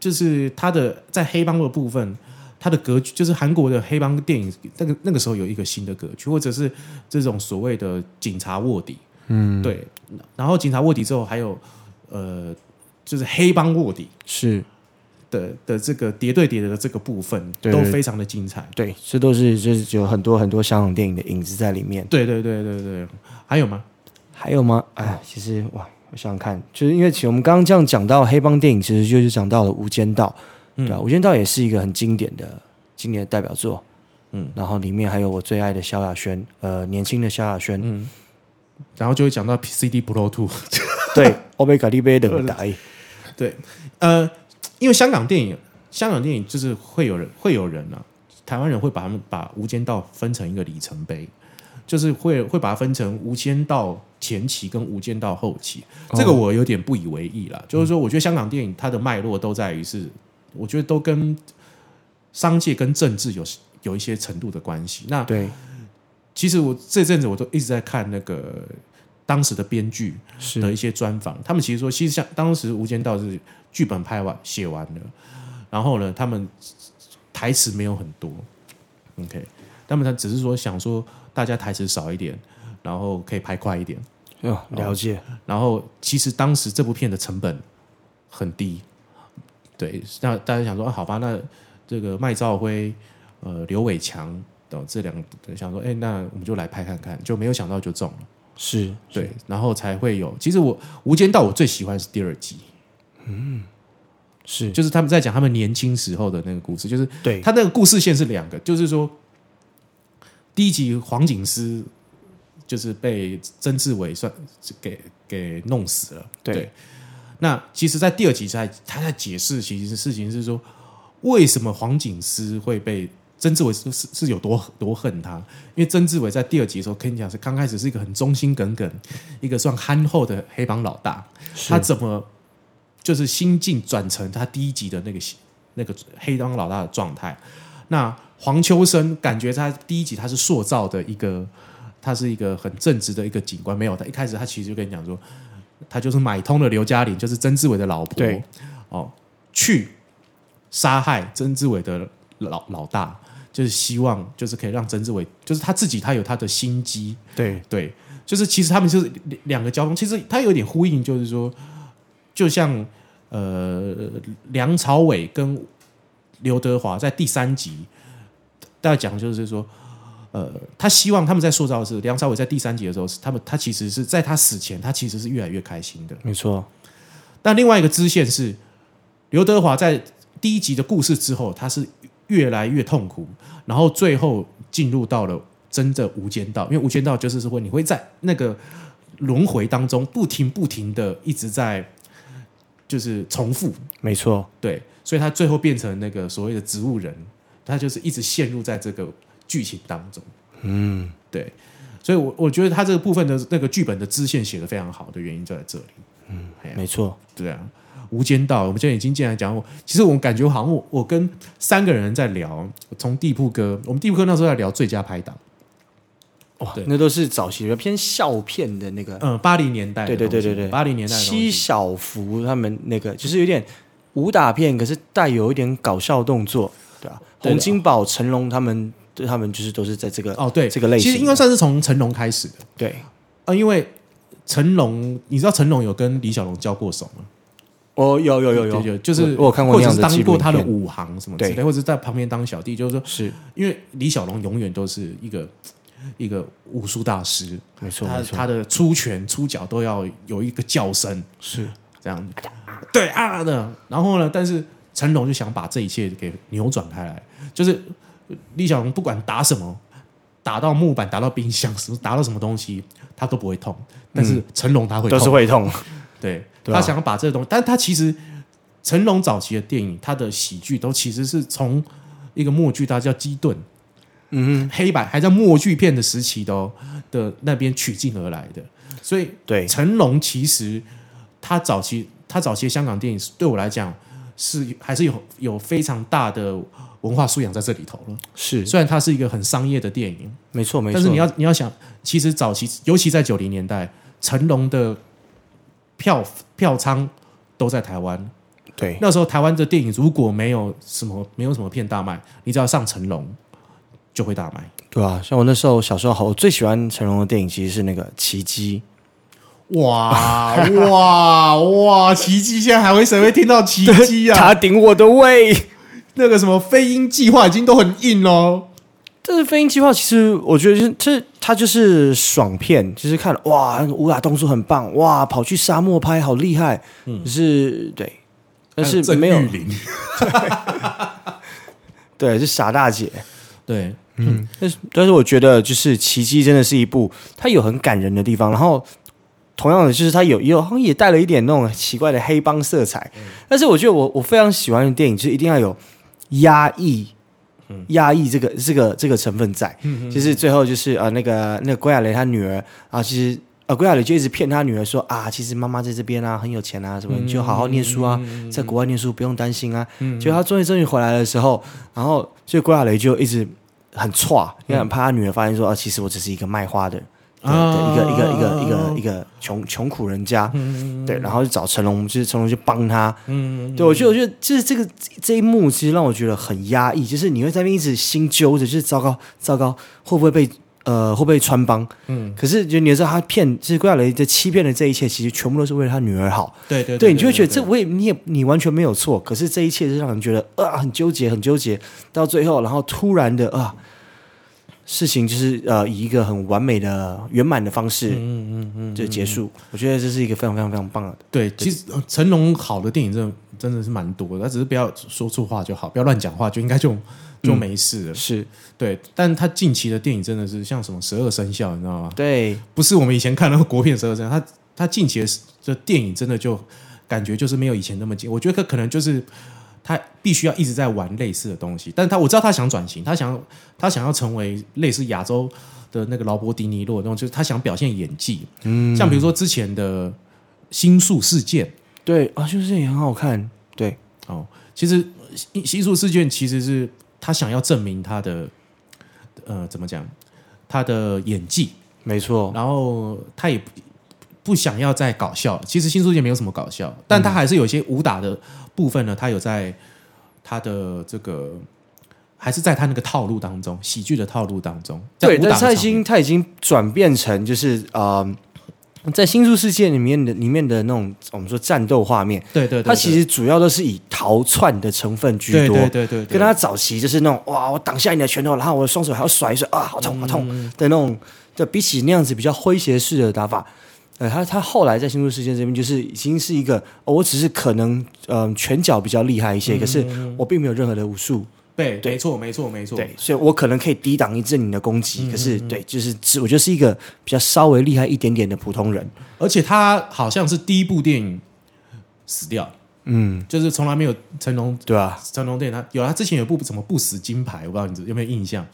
就是他的在黑帮的部分，他的格局就是韩国的黑帮电影那个那个时候有一个新的格局，或者是这种所谓的警察卧底，嗯，对。然后警察卧底之后还有呃，就是黑帮卧底是的的这个叠对叠的这个部分对都对非常的精彩。对，这都是就是有很多很多香港电影的影子在里面。对对对对对，还有吗？还有吗？哎，其实哇，我想想看，就是因为其实我们刚刚这样讲到黑帮电影，其实就是讲到了《无间道》，嗯对啊吧、无间道》也是一个很经典的经典的代表作，嗯，然后里面还有我最爱的萧亚轩，呃，年轻的萧亚轩，嗯然后就会讲到 CD Pro Two， [laughs] 对，欧贝卡利 [laughs] 贝的打一，对，呃，因为香港电影，香港电影就是会有人会有人啊，台湾人会把他们把《无间道》分成一个里程碑，就是会会把它分成《无间道》前期跟《无间道》后期。这个哦我有点不以为意啦，就是说，我觉得香港电影它的脉络都在于是，我觉得都跟商界跟政治有有一些程度的关系。那哦对，其实我这阵子我都一直在看那个当时的编剧的是一些专访，他们其实说，其实像当时《无间道》是剧本拍完写完了，然后呢，他们台词没有很多，OK，他们他只是说想说大家台词少一点，然后可以拍快一点，哦，了解，然后其实当时这部片的成本很低，对，那大家想说，啊、好吧，那这个麦兆辉、呃刘伟强哦这两个想说，哎，那我们就来拍看看，就没有想到就中了。是对，然后才会有。其实我《无间道》我最喜欢是第二集，是，就是他们在讲他们年轻时候的那个故事，就是对，他那个故事线是两个，就是说第一集黄警司就是被曾志伟算给给弄死了，对那其实，在第二集在他在解释，其实事情是说，为什么黄警司会被曾志伟是是是有多多恨他？因为曾志伟在第二集的时候，跟你讲是刚开始是一个很忠心耿耿、一个算憨厚的黑帮老大，他是怎么就是心境转成他第一集的那个那个黑帮老大的状态？那黄秋生感觉他第一集他是塑造的一个，他是一个很正直的一个警官，没有他一开始他其实就跟你讲说，他就是买通了刘嘉玲，就是曾志伟的老婆，对，哦，去杀害曾志伟的老老大，就是希望就是可以让曾志伟，就是他自己他有他的心机，对，对，就是其实他们就是两两个交锋，其实它有点呼应，就是说，就像呃梁朝伟跟刘德华在第三集，大家讲就是说，呃，他希望他们在塑造的是梁朝伟在第三集的时候，是他们他其实是在他死前，他其实是越来越开心的。没错，但另外一个支线是刘德华在第一集的故事之后，他是越来越痛苦，然后最后进入到了真的无间道，因为无间道就是说你会在那个轮回当中不停不停的一直在就是重复，没错，对，所以他最后变成那个所谓的植物人，他就是一直陷入在这个剧情当中。嗯，对，所以我我觉得他这个部分的那个剧本的支线写的非常好的原因就在这里。嗯，哎呀没错，对啊，《无间道》，我们现在已经进来讲过，其实我们感觉好像我我跟三个人在聊，从地铺哥，我们地铺哥那时候在聊最佳拍档，哇对，那都是早期的偏笑片的那个嗯、八零年代的对对东西，对对对八零年代的东西七小福他们那个，就是有点武打片，可是带有一点搞笑动作，对啊吧、对啊的洪金宝、成龙他们，对他们就是都是在这个、哦，对，这个类型其实应该算是从成龙开始的，对，啊，因为成龙，你知道成龙有跟李小龙交过手吗？哦，有有有对有，对就是我我有看过或那者样是的纪当录过他的片，武行什么之对类，或者是在旁边当小弟，就是说，是因为李小龙永远都是一个一个武术大师，没错他没错，他的出拳出脚都要有一个叫声。是这样子，对啊的。然后呢，但是成龙就想把这一切给扭转开来，就是呃李小龙不管打什么，打到木板、打到冰箱、什么打到什么东西，他都不会痛，但嗯是成龙他会都痛，是会痛，对对啊他想要把这个东西，但他其实成龙早期的电影，他的喜剧都其实是从一个默剧，它叫基顿。嗯黑白还在默剧片的时期的、哦、的那边取经而来的，所以哼，对，成龙其实他早期他早期的香港电影对我来讲是还是有有非常大的文化素养在这里头了。是虽然它是一个很商业的电影，没错没错，但是你要你要想，其实早期尤其在九零年代，成龙的票票仓都在台湾。对那时候台湾的电影如果没有什么没有什么片大卖，你只要上成龙就会大卖。对啊，像我那时候小时候好，我最喜欢成龙的电影其实是那个《奇迹》，哇哇哇！奇迹现在还会谁会听到 [laughs] 奇迹啊？ [laughs] 他顶我的胃。那个什么飞鹰计划已经都很硬喽。这是飞鹰计划，其实我觉得就是这，它就是爽片，就是看哇，那个武打动作很棒，哇，跑去沙漠拍好厉害，嗯，是对，但是没有林，对，是傻大姐，对，但是但是我觉得就是《奇迹》真的是一部，它有很感人的地方，然后同样的就是它有也有好像也带了一点那种奇怪的黑帮色彩，但是我觉得我我非常喜欢的电影就是一定要有压抑。嗯压抑这个这个这个成分在，就是最后就是呃那个那个郭亚雷他女儿啊，其实呃郭亚雷就一直骗他女儿说啊，其实妈妈在这边啊很有钱啊什么，你就好好念书啊，在国外念书不用担心啊。结果他终于终于回来的时候，然后所以郭亚雷就一直很歘，因为很怕他女儿发现说啊，其实我只是一个卖花的对对，一个一个一个一个一个穷穷苦人家，对，然后就找成龙，就是成龙去帮他，嗯，对我觉得我觉得就是这个这一幕，其实让我觉得很压抑，就是你会在那边一直心揪着，就是糟糕糟糕，会不会被呃会不会穿帮？嗯，可是就你也知道他骗，就是郭亚雷在欺骗的这一切，其实全部都是为了他女儿好，对对对你就会觉得这我也你也你完全没有错，可是这一切是让人觉得啊、很纠结，很纠结，到最后，然后突然的啊、事情就是呃以一个很完美的圆满的方式，嗯嗯嗯，就结束。我觉得这是一个非常非常非常棒的，对，其实呃成龙好的电影真的真的是蛮多的，他只是不要说错话就好，不要乱讲话，就应该就就没事了。是对，但他近期的电影真的是像什么《十二生肖》，你知道吗？对不是我们以前看那个国片《十二生肖》，他他近期的这电影真的就感觉就是没有以前那么紧，我觉得可能就是。他必须要一直在玩类似的东西，但他我知道他想转型，他想他想要成为类似亚洲的那个劳勃迪尼洛那种，就是他想表现演技。嗯，像比如说之前的《星宿事件》，对啊，就是也很好看，对哦，其实西西数事件其实是他想要证明他的呃怎么讲他的演技，没错，然后他也不不想要再搞笑了。其实新书界没有什么搞笑，但他嗯还是有一些武打的部分呢，他有在他的这个。还是在他那个套路当中，喜剧的套路当中，在对。武打但的蔡场面欣他已经转变成就是呃，在《新宿世界》里面的里面的那种我们说战斗画面，对对对，它其实实主要都是以逃窜的成分居对多。对对对，对跟他早期就是那种哇，我挡下你的拳头，然后我的双手还要甩一甩啊，好痛好痛的那种。对，比起那样子比较诙谐式的打法，呃，他他后来在星宿事件这边就是已经是一个，哦、我只是可能嗯、呃拳脚比较厉害一些，可是我并没有任何的武术，对，没错没错没错，嗯对，嗯所以我可能可以抵挡一阵你的攻击，可是对，就是只我觉得是一个比较稍微厉害一点点的普通人，而且他好像是第一部电影死掉，嗯，就是从来没有成龙对吧、成龙电影，他有他之前有部什么不死金牌，我不知道你有没有印象？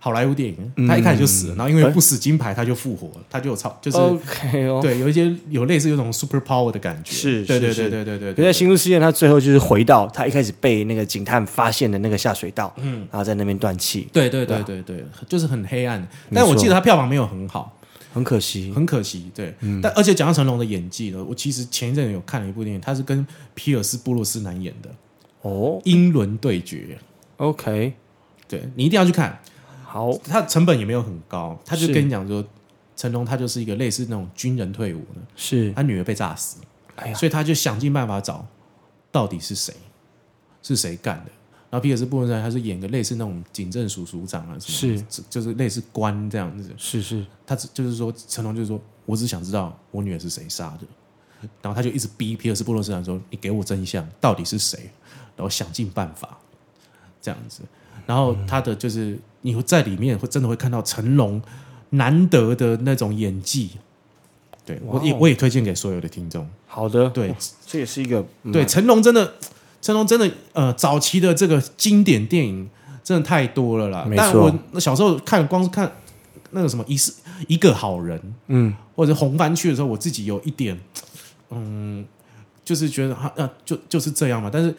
好莱坞电嗯影，他一开始就死了，然后因为不死金牌，他就复活了，他就有超就是、 OK 嗯哦。对有一些有类似有种 super power 的感觉，是对对是对是对对对可对，是在新宿事件，他最后就是回到他一开始被那个警探发现的那个下水道，嗯，然后在那边断气，对对对对对，就是很黑暗，啊没但我错嗯记得他票房没有很好，很可惜。很可惜，对。嗯但而且讲到成龙的演技呢，我其实前一阵有看了一部电影，他是跟皮尔斯布鲁斯南演的《哦英伦对决，OK，》，对你一定要去看，好，它成本也没有很高，他就是跟你讲说，成龙他就是一个类似那种军人退伍的，是，他女儿被炸死，嗯哎呀，所以他就想尽办法找到底是谁，是谁干的。然后皮尔斯布伦森他是演个类似那种警政署署长啊，什么是就就是类似官这样子。是是，他只就是说，成龙就是说我只想知道我女儿是谁杀的，然后他就一直逼皮尔斯布鲁斯南说：“你给我真相，到底是谁？”然后想尽办法这样子。然后他的就是你会在里面会真的会看到成龙难得的那种演技。对我也哇哦我也推荐给所有的听众。好的，对哇，这也是一个对，，成龙真的，成龙真的，呃，早期的这个经典电影真的太多了啦。没但错我那小时候看，光是看那个什么一世一个好人，嗯，或者红番区的时候，我自己有一点，嗯，就是觉得哈，啊，就就是这样嘛。但是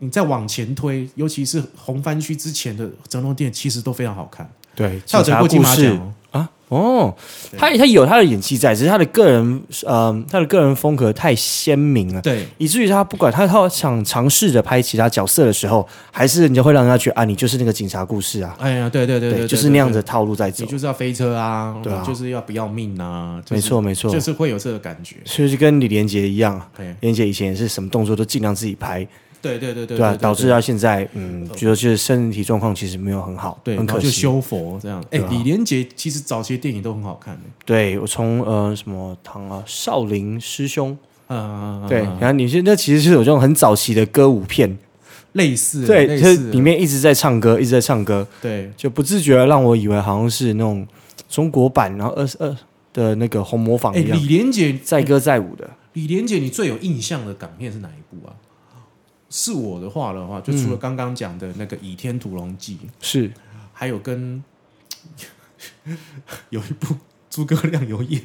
你再往前推，尤其是红番区之前的成龙电影，其实都非常好看。对，他有得过金马奖哦，啊，哦，他他有他的演技在，只是他的个人，嗯，他的个人风格太鲜明了。对以至于他不管他他想尝试着拍其他角色的时候，还是人家会让人家觉得啊，你就是那个警察故事啊，哎呀，对对对对，就是那样的，套路在走你。就是要飞车啊，对啊就是要不要命啊，就是没错，没错，就是会有这个感觉。所以就跟李连杰一样，哎，连杰以前也是什么动作都尽量自己拍，对对对对对吧、导致他现在嗯，觉得就是身体状况其实没有很好，对，很然后可就惜。修佛这样。哎，对啊李连杰其实早期的电影都很好看的，对我从呃什么唐啊少林师兄，嗯，嗯嗯对，嗯然后你是那其实是有这种很早期的歌舞片，类似，对，类就是里似，面一直在唱歌，一直在唱歌，对，就不自觉地让我以为好像是那种中国版，然后二十二的那个红模仿哎，一样，李连杰，载歌载舞的。李连杰，你最有印象的港片是哪一部啊？是我的话的话，嗯就除了刚刚讲的那个《倚天屠龙记是》，还有跟 [laughs] 有一部诸葛亮有演，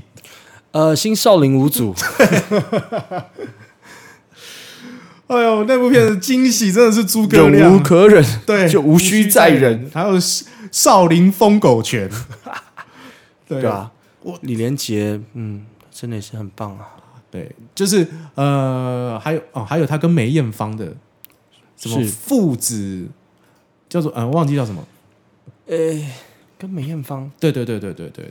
呃，新少林五祖，哎呦，那部片的惊喜真的是诸葛亮忍无可忍。对，就无需再忍 [laughs] 还有少林疯狗拳，对啊对吧、啊我李连杰，嗯，真的也是很棒啊。对，就是呃，还有哦，还有他跟梅艳芳的什么是父子，叫做呃，忘记叫什么。跟梅艳芳，对对对对对对，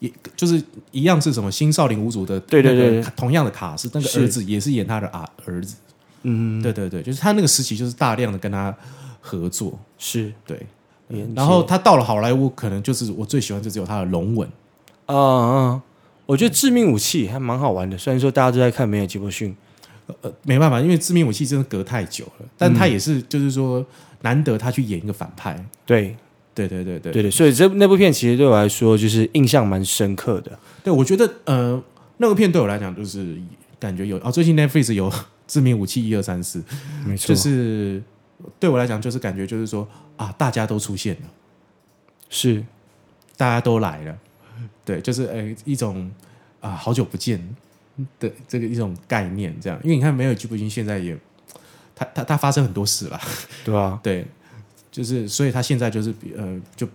也就是一样是什么新少林五祖的，对对对对同样的卡司，那个是儿子也是演他的啊儿子，嗯，对对对，就是他那个时期就是大量的跟他合作，是对，连结然后他到了好莱坞，可能就是我最喜欢就只有他的龙吻，啊啊，我觉得《致命武器》还蛮好玩的，虽然说大家都在看梅尔吉伯逊，呃，没办法，因为致命武器真的隔太久了，但他也是就是说难得他去演一个反派，对对对对对对对，所以这那部片其实对我来说就是印象蛮深刻的。对，我觉得呃，那个片对我来讲就是感觉有哦，最近 Netflix 有《致命武器》一二三四，没就就是是对我来讲就是感觉就是说啊，大家都出现了，是大家都来了，对，就是呃一种啊好久不见的这个一种概念，这样，因为你看没有吉布金现在也他他他发生很多事了，对啊，对，就是所以他现在就是比呃就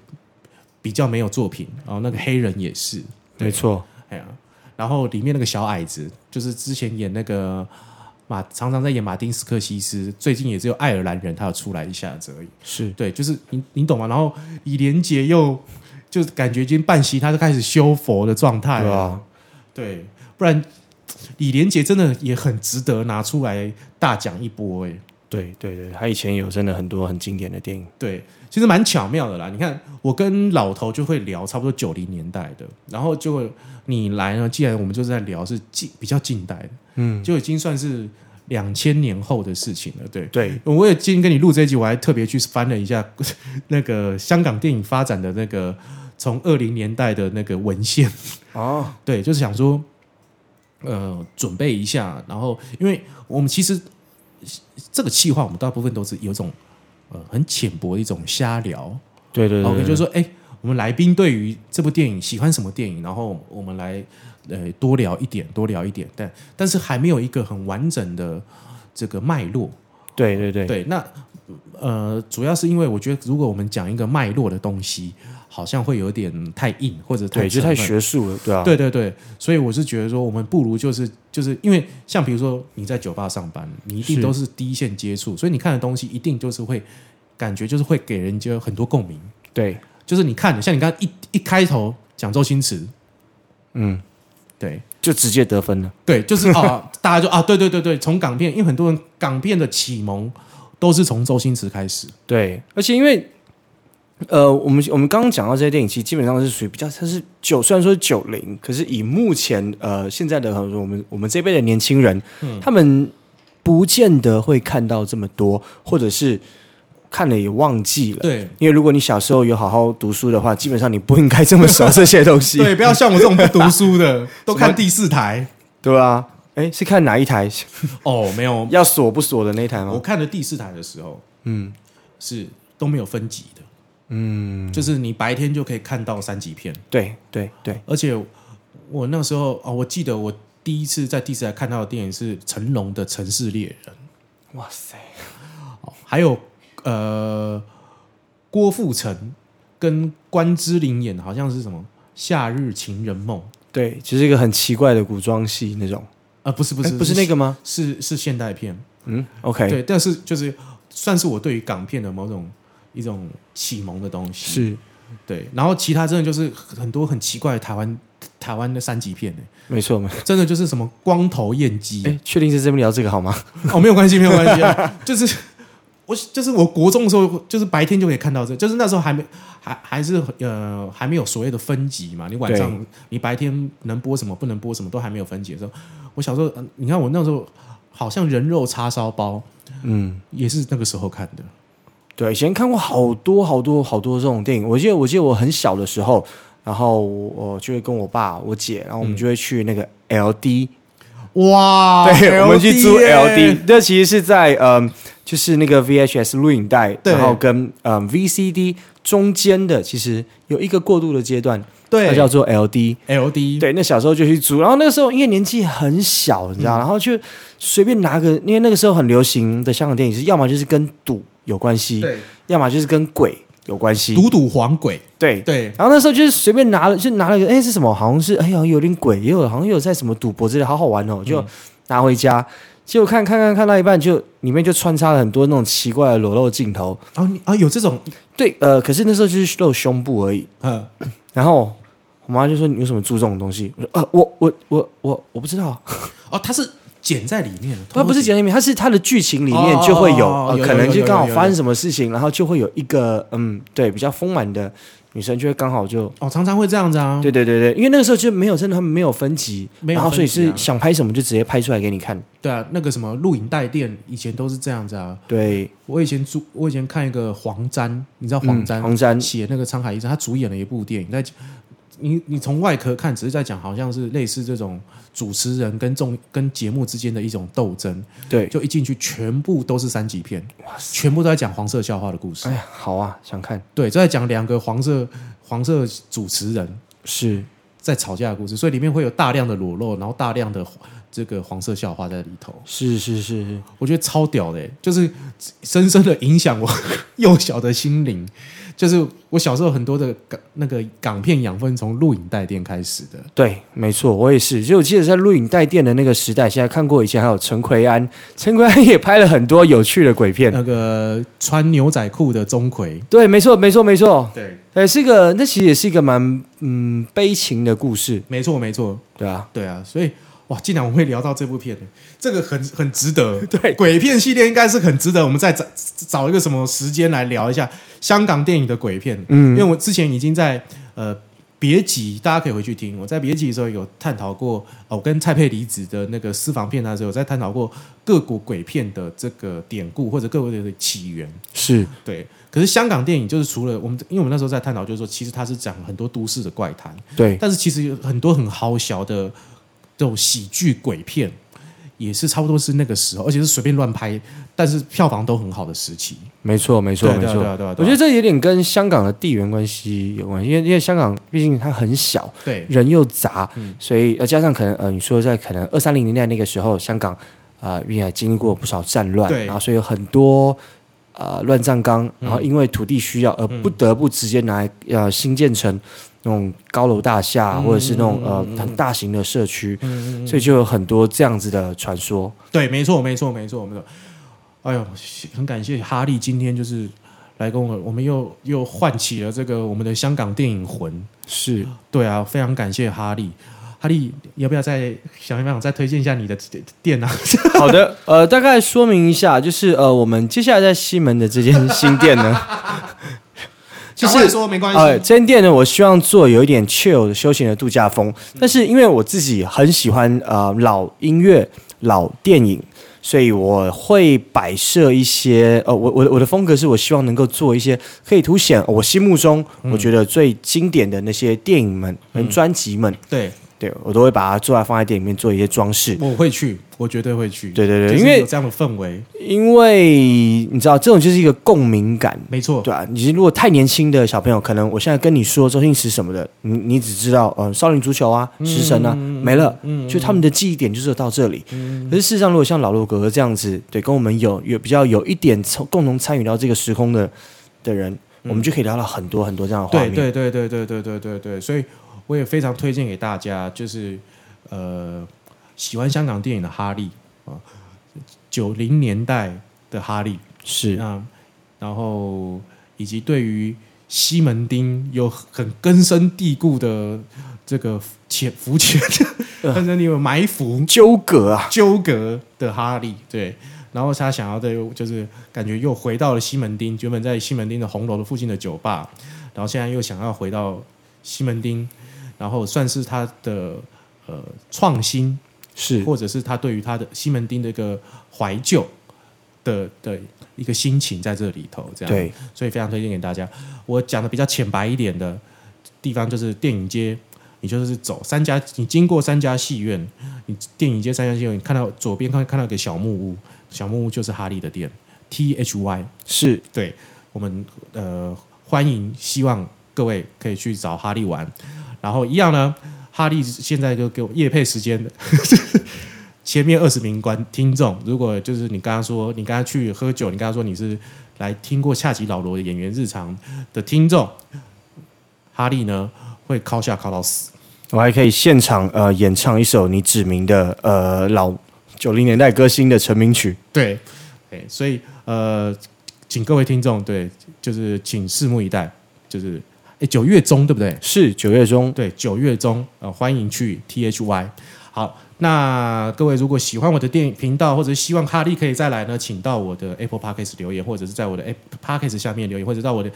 比较没有作品，然后那个黑人也是，对没错，哎呀，然后里面那个小矮子，就是之前演那个马，常常在演马丁斯科西斯，最近也只有爱尔兰人他有出来一下子而已。是对，就是你你懂吗？然后李连杰又就是感觉已经半息，他就开始修佛的状态对了。啊，对，不然李连杰真的也很值得拿出来大讲一波哎、对对对，他以前有真的很多很经典的电影，对，其实蛮巧妙的啦。你看，我跟老头就会聊差不多九零年代的，然后结果你来呢，既然我们就是在聊是近比较近代的，嗯，就已经算是两千年后的事情了。对，对，我也今天跟你录这一集，我还特别去翻了一下 [laughs] 那个香港电影发展的那个从二零年代的那个文献。哦，对，就是想说，呃，准备一下，然后因为我们其实这个企划，我们大部分都是有一种呃很浅薄的一种瞎聊。对对对 OK，对，就是说，哎、我们来宾对于这部电影喜欢什么电影，然后我们来呃多聊一点，多聊一点，但但是还没有一个很完整的这个脉络。对对对，对，那呃，主要是因为我觉得，如果我们讲一个脉络的东西，好像会有点太硬，或者太对，就沉太闷学术了，对啊，对对对，所以我是觉得说，我们不如就是就是因为像比如说你在酒吧上班，你一定是都是第一线接触，所以你看的东西一定就是会感觉就是会给人家很多共鸣。对，就是你看，像你刚刚一一开头讲周星驰，嗯，对就直接得分了，对，就是啊，大家就啊，对对对对，从港片，因为很多人港片的启蒙都是从周星驰开始，对，而且因为。呃，我们我们刚刚讲到这些电影，其实基本上是属于比较，它是九，虽然说是九零，可是以目前呃现在的很多我们我们这辈的年轻人，嗯他们不见得会看到这么多，或者是看了也忘记了。对。因为如果你小时候有好好读书的话，基本上你不应该这么熟这些东西，对，不要像我这种不读书 [laughs] 的，都看第四台对吧？哎，是看哪一台？哦。没有，要锁不锁的那一台我吗？看的第四台的时候，嗯是都没有分级的，嗯，就是你白天就可以看到三级片，对对对，而且我那时候哦，我记得我第一次在第四台看到的电影是成龙的《城市猎人哇塞，》，还有呃郭富城跟关之琳演的好像是什么《夏日情人梦》对，就是一个很奇怪的古装戏那种，啊、不是不诶是哎不是那个吗？是是现代片，嗯，OK，对，但是就是算是我对于港片的某种一种启蒙的东西，是对，然后其他真的就是很多很奇怪的台湾台湾的三级片呢、没错没错。真的就是什么光头燕姬哎，确定是这边聊这个好吗？哦，没有关系，没有关系、啊，就是我就是我国中的时候，就是白天就可以看到这，就是那时候还没还还是呃还没有所谓的分级嘛，你晚上你白天能播什么不能播什么都还没有分级的时候，我小时候、呃你看我那时候好像人肉叉烧包嗯，也是那个时候看的，对，以前看过好多好多好多这种电影。我记得我记得我很小的时候，然后我我就会跟我爸、我姐，然后我们就会去那个 LD 哇欸对，我们去租 LD LD，那其实是在嗯，就是那个 VHS 录影带，对然后跟嗯 VCD 中间的，其实有一个过渡的阶段，它对叫做 LD。 LD 对，那小时候就去租，然后那个时候因为年纪很小，你知嗯道，然后就随便拿个，因为那个时候很流行的香港电影是，要么就是跟赌有关系，对要么就是跟鬼有关系。赌赌黄鬼，对，对，然后那时候就是随便拿了，就拿了个，哎，是什么？好像是，哎呀，有点鬼，也有好像有在什么赌博之类，好好玩哦，就嗯拿回家。结果看看看看到一半就，里面就穿插了很多那种奇怪的裸露镜头。哦，你啊有这种，对，呃，可是那时候就是露胸部而已。呃，然后我妈就说：“你为什么注重这种东西？”我说：“呃，我我我我我不知道，哦，它是剪在里面的，它不是剪，简单面，它是它的剧情里面就会有，哦哦哦哦呃有有可能有就有刚好有有发生什么事情，然后就会有一个嗯，对，比较丰满的女生就会刚好就哦，常常会这样子啊，对对对对，因为那个时候就没有真的他们没有分级，没有然后所以分级啊是想拍什么就直接拍出来给你看。对啊，那个什么录影带店以前都是这样子啊，对，我以前主，我以前看一个黄沾，你知道啊黄沾、嗯黄沾写那个《沧海一声》，他主演了一部电影，在你你从外壳看，只是在讲好像是类似这种主持人跟众跟节目之间的一种斗争，对，就一进去全部都是三级片，全部都在讲黄色笑话的故事，哎呀，好啊，想看对，都在讲两个黄色黄色主持人是在吵架的故事，所以里面会有大量的裸露，然后大量的这个黄色笑话在里头。是是是是，我觉得超屌的欸，就是深深的影响我幼小的心灵。就是我小时候很多的港那个港片养分，从录影带店开始的。对，没错，我也是。就我记得在录影带店的那个时代，现在看过以前还有陈奎安，陈奎安也拍了很多有趣的鬼片。那个穿牛仔裤的钟馗，对，没错，没错，没错。对，对，是一个，那其实也是一个蛮嗯悲情的故事，没错没错，对啊，对啊，所以哇，竟然我们会聊到这部片，这个很很值得。对鬼片系列应该是很值得，我们再找找一个什么时间来聊一下香港电影的鬼片。因嗯为我之前已经在呃别集，大家可以回去听。我在别集的时候有探讨过，哦，我跟蔡佩离子的那个私房片的时候，有在探讨过各国鬼片的这个典故或者各国的起源。是对，可是香港电影就是除了我们，因为我们那时候在探讨，就是说其实它是讲很多都市的怪谈，对，但是其实有很多很好笑的这种喜剧鬼片。也是差不多是那个时候，而且是随便乱拍，但是票房都很好的时期。没错，没错，对啊没对啊错对啊对啊。我对啊觉得这有点跟香港的地缘关系有关系，因为因为香港毕竟它很小，对人又杂，嗯所以呃加上可能呃你说在可能二三零年代那个时候，香港啊因为经历过不少战乱，对然后所以有很多呃乱葬岗，然后因为土地需要而不得不直接拿来呃新建成那种高楼大厦、嗯或者是那种呃嗯嗯嗯很大型的社区，嗯所以就有很多这样子的传说。对，没错，没错，没错，没错。哎呦，很感谢哈利今天就是来跟我，我们又又唤起了这个我们的香港电影魂。 [laughs] 是，对啊，非常感谢哈利。哈利，要不要再想一想，再推荐一下你的店啊？ [laughs] 好的，呃，大概说明一下，就是呃，我们接下来在西门的这间新店呢，就赶快是说没关系，呃，这间店呢，我希望做有一点 chill 的休闲的度假风，嗯但是因为我自己很喜欢呃老音乐、老电影，所以我会摆设一些呃，我我的我的风格是我希望能够做一些可以凸显呃我心目中嗯我觉得最经典的那些电影们跟专辑们，对，对我都会把它做在放在店里面做一些装饰。我会去，我绝对会去。对对就对是因为有这样的氛围，因为你知道，这种就是一个共鸣感，没错，对啊。你如果太年轻的小朋友，可能我现在跟你说周星驰什么的，你你只知道呃少林足球啊、食神啊，没了，就他们的记忆点就是到这里。可是事实上，如果像老陆哥哥这样子，对，跟我们有有比较有一点从共同参与到这个时空的的人，我们就可以聊到很多很多这样的画对面。对对对对对对对对，所以我也非常推荐给大家，就是呃，喜欢香港电影的哈利啊，九零年代的哈利，是那然后以及对于西门町有很根深蒂固的这个潜伏 [laughs] 潜，但是你有埋伏纠葛啊， [laughs] 纠葛的哈利，对。然后他想要的就是感觉又回到了西门町，原本在西门町的红楼的附近的酒吧，然后现在又想要回到西门町，然后算是他的呃创新，是或者是他对于他的西门町的一个怀旧的的一个心情在这里头，这样对，所以非常推荐给大家。我讲的比较浅白一点的地方就是电影街，你就是走三家，你经过三家戏院，你电影街三家戏院，你看到左边看看到一个小木屋，小木屋就是哈利的店，T H Y。是对我们呃欢迎，希望各位可以去找哈利玩。然后一样呢，哈利现在就给我夜配时间， [laughs] 前面二十名观听众，如果就是你刚刚说，你刚刚去喝酒，你刚刚说你是来听过下集老罗的演员日常的听众，哈利呢会敲下敲到死。我还可以现场呃演唱一首你指名的呃老九零年代歌星的成名曲。对，哎，所以呃，请各位听众，对，就是请拭目以待，就是哎九月中对不对？是九月中，对，九月中，呃，欢迎去 T H Y。好，那各位如果喜欢我的电影频道，或者希望哈利可以再来呢，请到我的 Apple Podcast 留言，或者是在我的 Apple Podcast 下面留言，或者到我的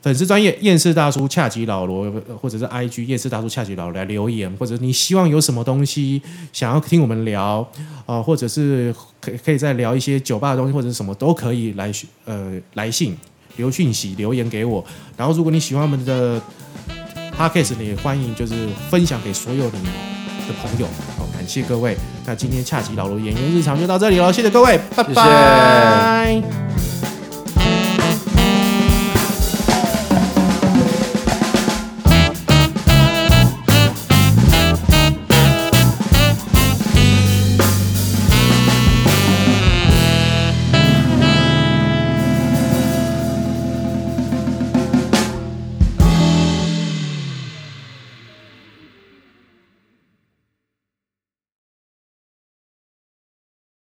粉丝专业厌世大叔恰吉老罗，呃或者是 IG 厌世大叔恰吉老罗来留言，或者你希望有什么东西想要听我们聊，呃，或者是可以可以再聊一些酒吧的东西，或者是什么都可以来讯呃来信。留讯息、留言给我，然后如果你喜欢我们的 podcast 呢，也欢迎就是分享给所有你的朋友。好，感谢各位。那今天恰吉老罗演员日常就到这里了，谢谢各位，拜拜。谢